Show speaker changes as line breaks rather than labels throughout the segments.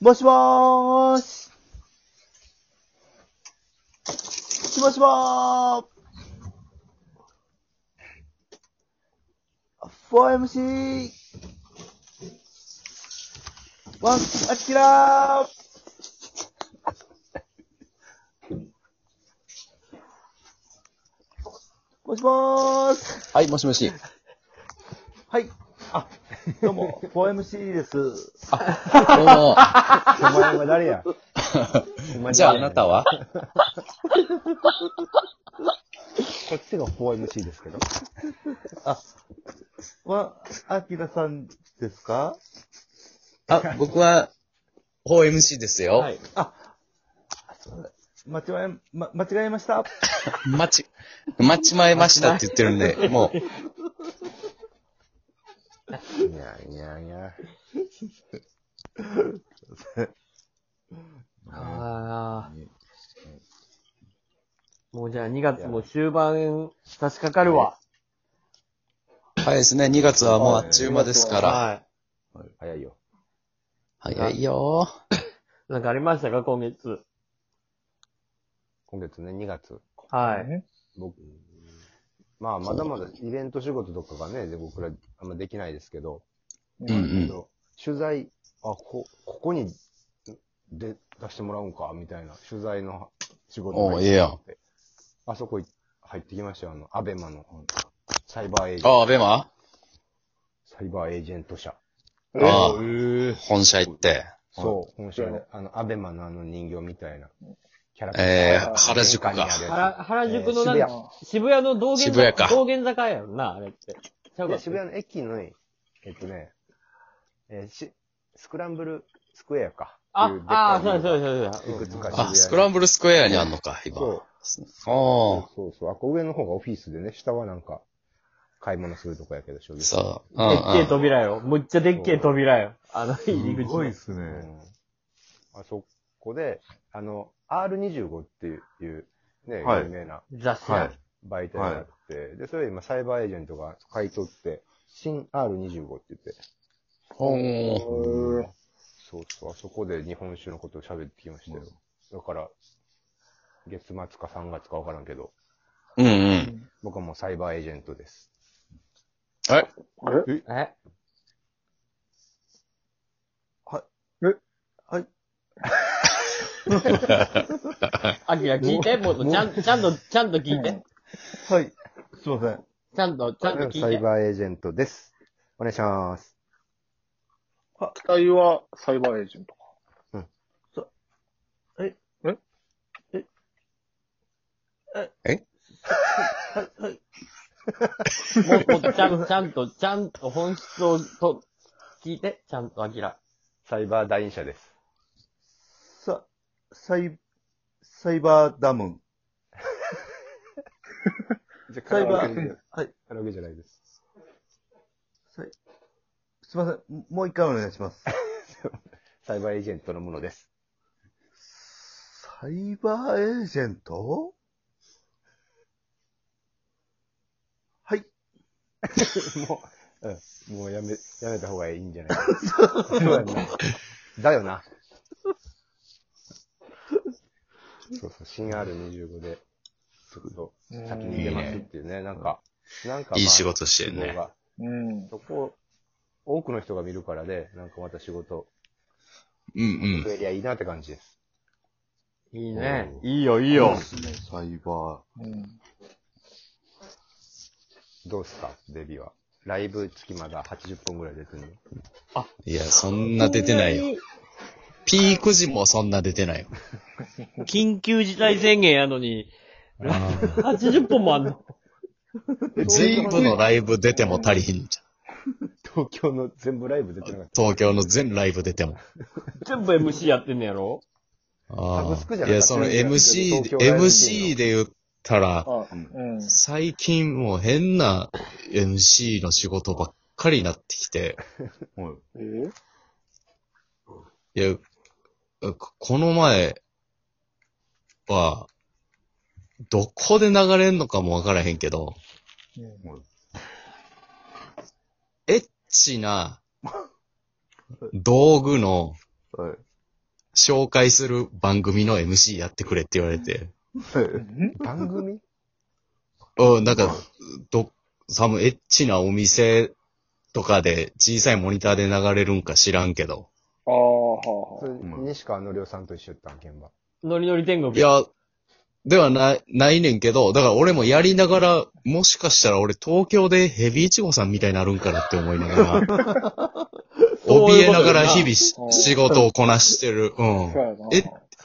もしもーし。しもしもー !4MC! ワン、アキラーもしもーし
はい、もしもし。
はい。あ、どうも、4MC です。
どうも。
お前は 誰やお前
じゃああ
誰や
なたは
こっちが 4MC ですけど。
は、アキラさんですか
あ、僕は、4MC ですよ。
はい。
間違え、ま、間違えました。
待ち、待ちまえましたって言ってるんで、もう、
いやいやいや。
ああ。もうじゃあ2月も終盤差し掛かるわ。
早いですね。2月はもうあっちゅう間ですから。
は
早いよ。
早いよ
い。なんかありましたか今月。
今月ね、2月。
はい。
僕、まあ、まだまだイベント仕事とかがね、で僕らあんまできないですけど、
ー。うん
取材、あ、こ、ここにで出してもらうんか、みたいな、取材の仕事
おう
が
ええやん
あそこい入ってきましたよ、あの、アベマの、サイバーエー
うん。
ジェント、
あ、アベマ
サイバーエージェント社。
ああ、本社行って。
そう、本社で、あの、アベマのあの人形みたいなキャラクター。
えー、原宿
玄関
か
に。あるやつ
原原宿のな
えー渋谷
んか、渋谷の道玄
渋谷
坂
か、
道玄坂やんな、あれって。ちゃう
い
か
や渋谷の駅のね、えっとね、えーし、スクランブルスクエアか。
あ
っていでっ、かい
ああ、そうそうそうそう。
いくつか
あ、スクランブルスクエアにあんのか、今。
そう
お
そうそうそう。あ、こう上の方がオフィスでね、下はなんか、買い物するとこやけど、
ー。
正直。
そう。うん
でっけえ
うん。
扉よ。むっちゃでっけえ扉よ。あの、入り口の。
す
う。ん。あそこで、あの、R25 っていう、いうね、
はい
有名な
雑誌や。
媒体があって、で、それ今サイバーエージェントが買い取って、新 R25 って言って、
ほ
そうそう、あそこで日本酒のことを喋ってきましたよ。だから、月末か3月かわからんけど、
ー。うんうん。
僕はもうサイバーエージェントです。
え
え
はい。
アキラ聞いてもっとちゃん、ちゃんと、ちゃんと聞いて。
はい。すいません。
ちゃんと、ちゃんと聞
サ
い
イ
て。
バーエージェントです。お願いします。
機体はサイバーエージェントか。
はい、はい。
もうもっとちゃん、ちゃんと、ちゃんと本質をと、聞いて、ちゃんと、アキラ。
サイバー大員社です。
さ、サイ、サイバーダム。
じゃ
サイバ
カラオケじゃ
ー、はい。
カラオケじゃないです。
サイすいません。ももう一回お願いします。
サイバーエージェントのものです。
サイバーエージェントはい。
もう、うん、もうやめ、やめた方がいいんじゃないかなそうやなだよな。そうそう、新 R25 で、ちょっと、先に出ますっていうね、なんか、なんか、まあ
いい仕事してる
希望
ね。
が
うん。
そこ、多くの人が見るからで、なんかまた仕事、
うんうん
増。えりゃいいなって感じです。
いいね。
うん
いいよ、いい
そう
よ
で。すね、サイバ
うん。
どうすか、デビは。ライブ月まだ80本ぐらい出てるの。
いや、そんな出てないよ。ピーク時もそんな出てないよ。
緊急事態宣言やのに、80本もあんの。
全部のライブ出ても足りひんじ
東京の全部ライブ出てなか
ゃ
っ
ん。東京の全ライブ出ても。
全部 MC やってんねやろ
あ
サブスクじゃなかっ
ー
た
いや、その
東
MC で、
京ライブシーン
MC
の
で言ったら、
あ、うん。
最近もう変な MC の仕事ばっかりになってきて、
ー。はい。
え
い
ー
や、ここの前は、どこで流れんのかもわからへんけど、エッチな道具の
はい。
紹介する番組の MC やってくれって言われて、
はい
番 組
うん、なんか、ど、さもエッチなお店とかで小さいモニターで流れるんか知らんけど。
ああ、は
それ西川のりおさんと一緒やったん、現場。
ノリノリ天国。
い、や、ではない、ないねんけど、だから俺もやりながら、もしかしたら俺東京でヘビイチゴさんみたいになるんかなって思いながら、
そう
怯
いう
え
こと
ながら
やな
日々し仕事をこなしてる。うん
あ。。そうやな。
え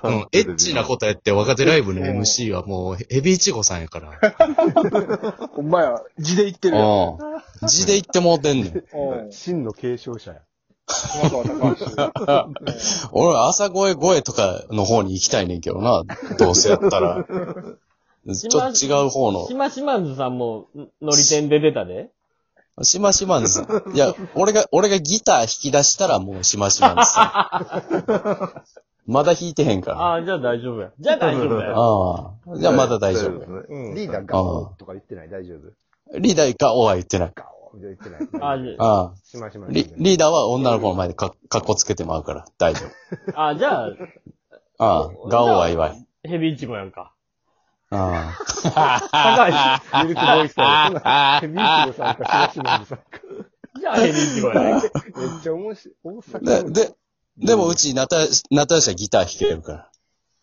うん、エッチなことやって若手ライブの
うん
MC はもうヘビイチゴさんやから。
ほんまや、字で言ってるやん。
うん。字で言ってもうてんねん。
うん。
真の継承者や。
熊川隆史。
俺、朝声声とかの方に行きたいねんけどな、どうせやったら。ちょっと違う方の
し。ましまんずさんも、んノリ天で出たで。
しましまんです。いや、俺が、俺がギター弾き出したらもうしましまんです。まだ弾いてへんから。
ああ、じゃあ大丈夫や。じゃあ大丈夫だよ。
ああ。じゃあまだ大丈夫。
夫。
うん。リーダーガオとか言ってない大丈夫
リーダーかおは言ってない。
ガオじゃ言ってない。
あーじゃ
ああ。
しましま
リリーダーは女の子の前でか、かっこつけてもらうから、大丈夫。
ああ、じゃあ、
ああ。ガオは祝い。
ヘビイチゴやんか。
あ
高い。
ミルクボーイスターだ。ミルクボーイさんか、しましまんさんか。
じゃあヘビイチゴや
めっ
ね。
ちゃ面白い。大
あ。
阪
で、
の
で、でもうち、なた、なたよしはギター弾けるから。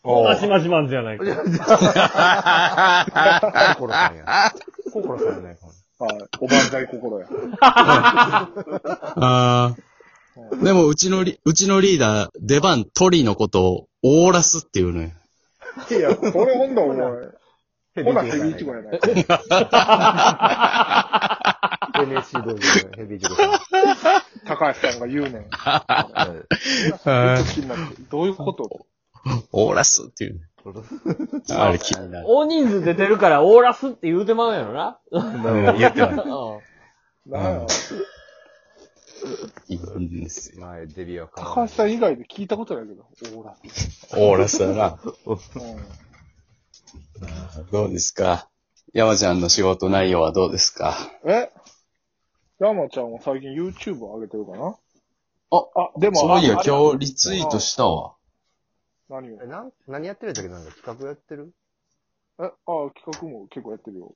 ほなしましまんずやないか。
ココロ さんや。ココロさんやないかも。
はい。おばんざい心や。
ああ。でも、うちのリ、うちのリーダー、出番、トリのことを、オーラスっていうのよ。
いや、それほんだ、 お前。ほな、ヘビイチゴやないか。
NSC 同士のヘビージョー。
高橋さんが言うね ん。気になってどういうこと
オーラスっていうの。あれ、気になる。
大人数出てるからオーラスって言うてまうんやろ な。
うん、言ってない。
う
なんや
いいんですよ。
前、デビューは
高橋さん以外で聞いたことないけど、オーラス。
オーラスだな。
うん
どうですか山ちゃんの仕事内容はどうですか
え山ちゃんは最近 YouTube 上げてるかな
あ
あ、でも、
そういや
あ、
今日リツイートしたわ。
あれ何を
え、なん、何やってるんだっけなんか企画やってる
え、あ、企画も結構やってるよ。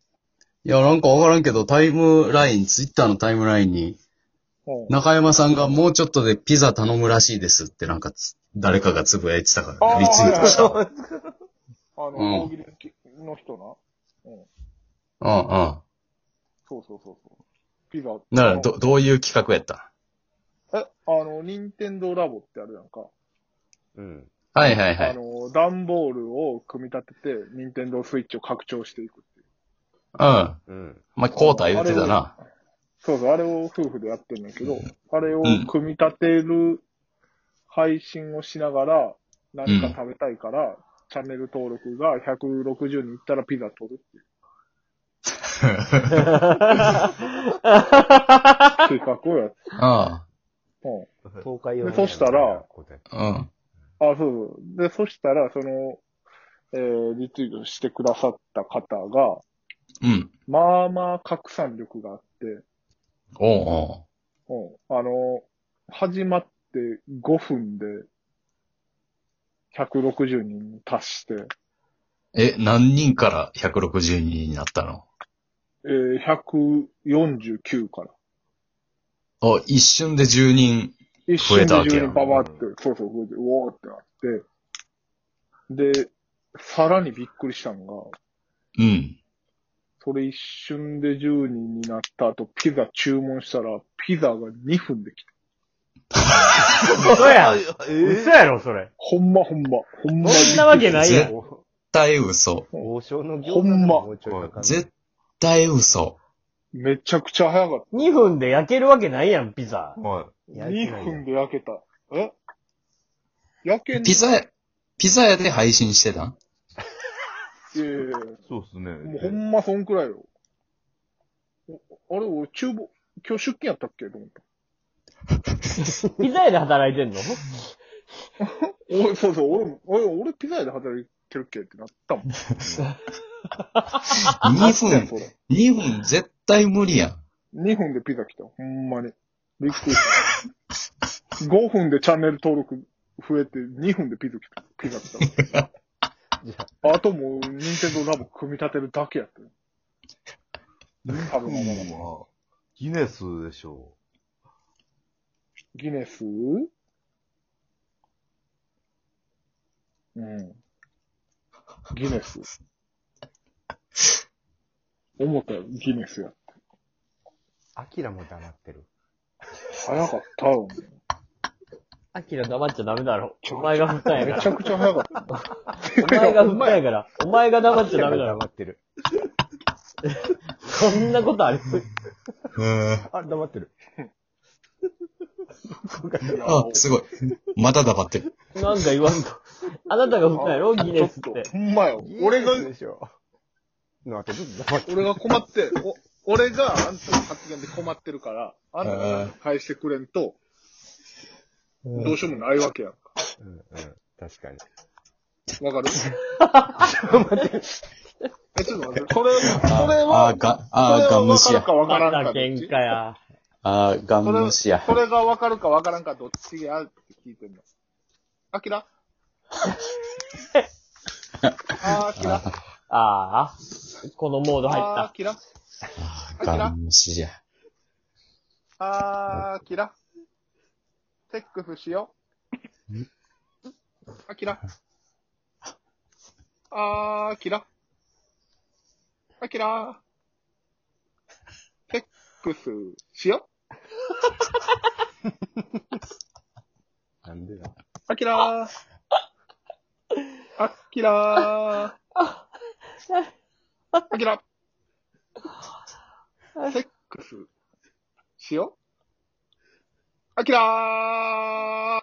いや、なんかわからんけど、タイムライン、ツイッターのタイムラインに、
うん。
中山さんがもうちょっとでピザ頼むらしいですってなんかつ、誰かがつぶやいてたから、
あー
リツイートしたわ。
あの、
うん
大喜利の人な。
うんうん。
そうそうそうそう。ピザ。
なら、ど、どういう企画やった
え、あの、ニンテンドーラボってあるやんか。
うん。
はいはいは
あ
い。
の、段ボールを組み立てて、ニンテンドースイッチを拡張していくっていう。
うん。
うん。
まあ、コータ言ってたな。
そうそう、あれを夫婦でやってるんだけど、あれを
ん
組み立てる配信をしながら、何か食べたいから、チャンネル登録が160に行ったらピザ取るっていう企画をやって。うん。
東海用
でそしたら、
うん。うん。
あ、そうそう。で、そしたら、その、えー、リツイートしてくださった方が、
うん。
まあまあ拡散力があって、
おうおう。
うん。あの、始まって5分で、160人に達して、
え、何人から160人になったの
えー、149から。
あ、一瞬で10人。
一
増え
瞬で
たわけや
10人ババって、そうそう、増えて、うおーってなって、で、さらにびっくりしたのが、
うん。
それ一瞬で10人になった後、ピザ注文したら、ピザが2分で来た。
嘘やん。
え
嘘やろ、それ。
ほんまほんま。ほんまに。
そんなわけないやん。
絶対嘘。
王将の餃
ほ
子
んま
もうちょいかかる
絶対嘘。
めちゃくちゃ早かった。
2分で焼けるわけないやん、ピザ。
は
焼いてない
2
やん
分で焼けた。え焼けんの
ピザ屋、ピザ屋で配信してたん
いやいやいや
い。そうっすね。
もうほんまそんくらいよ。おあれ、俺、厨房、今日出勤やったっけと思った。
ピザ屋で働いてんの
俺、そうそう、俺も、俺、俺ピザ屋で働いてるっけってなったもん。
?2
ね
分
そ、れ。
2分絶対無理やん。
2分でピザ来た。ほんまに。びっくりした。 5分でチャンネル登録増えて、2分でピザ来た、ピザ来
じゃ
た。あともう、ニンテンドーラボ組み立てるだけやったよ。多分、
もうギネスでしょ
ギネスうん。ギネス。思ったよ、ギネスや。
アキラも黙ってる。
早かったよ。
アキラ黙っちゃダメだろ。お前が振ったんや
め
か
ちゃ
ら。
くちゃ早かった。
お前が振ったんやから。お前が黙っちゃダメだろ。
黙ってる。
そんなことある。
うん。
あれ黙ってる。
あ、すごい。また黙ってる。
なんか言わんと。あなたが振ったんやろギネスっ
ちょ
て
と。ほんまよ。 俺が、
でしょ。の後ずっと黙ってる。
俺が困って、お俺があんたの発言で困ってるから、あんたが返してくれんと、どうしようもないわけやんか。
うんうん。確かに。
わ かるえ、ちょっと待って。これ、これ
あ
は、
ー、
こ
が、あー、
れ
ガ
は
ン無
分か
視
る
や。
か分
ま
からん
た
かどっ
喧
ち
嘩。や。
あー、ガン無視や。
これが分かるか分からんかどっちやって聞いてんの。アキラ あー、アキラ
ああ。このモード入っ
あー、ア
た。
キラ
あー、ガン無視や。
あー、キラ。セックスしよう。あきら。あー、キラ。あきら。セックスしよう。
なんでだ。
あきら。あきら。あきら。セックスしよう。あきら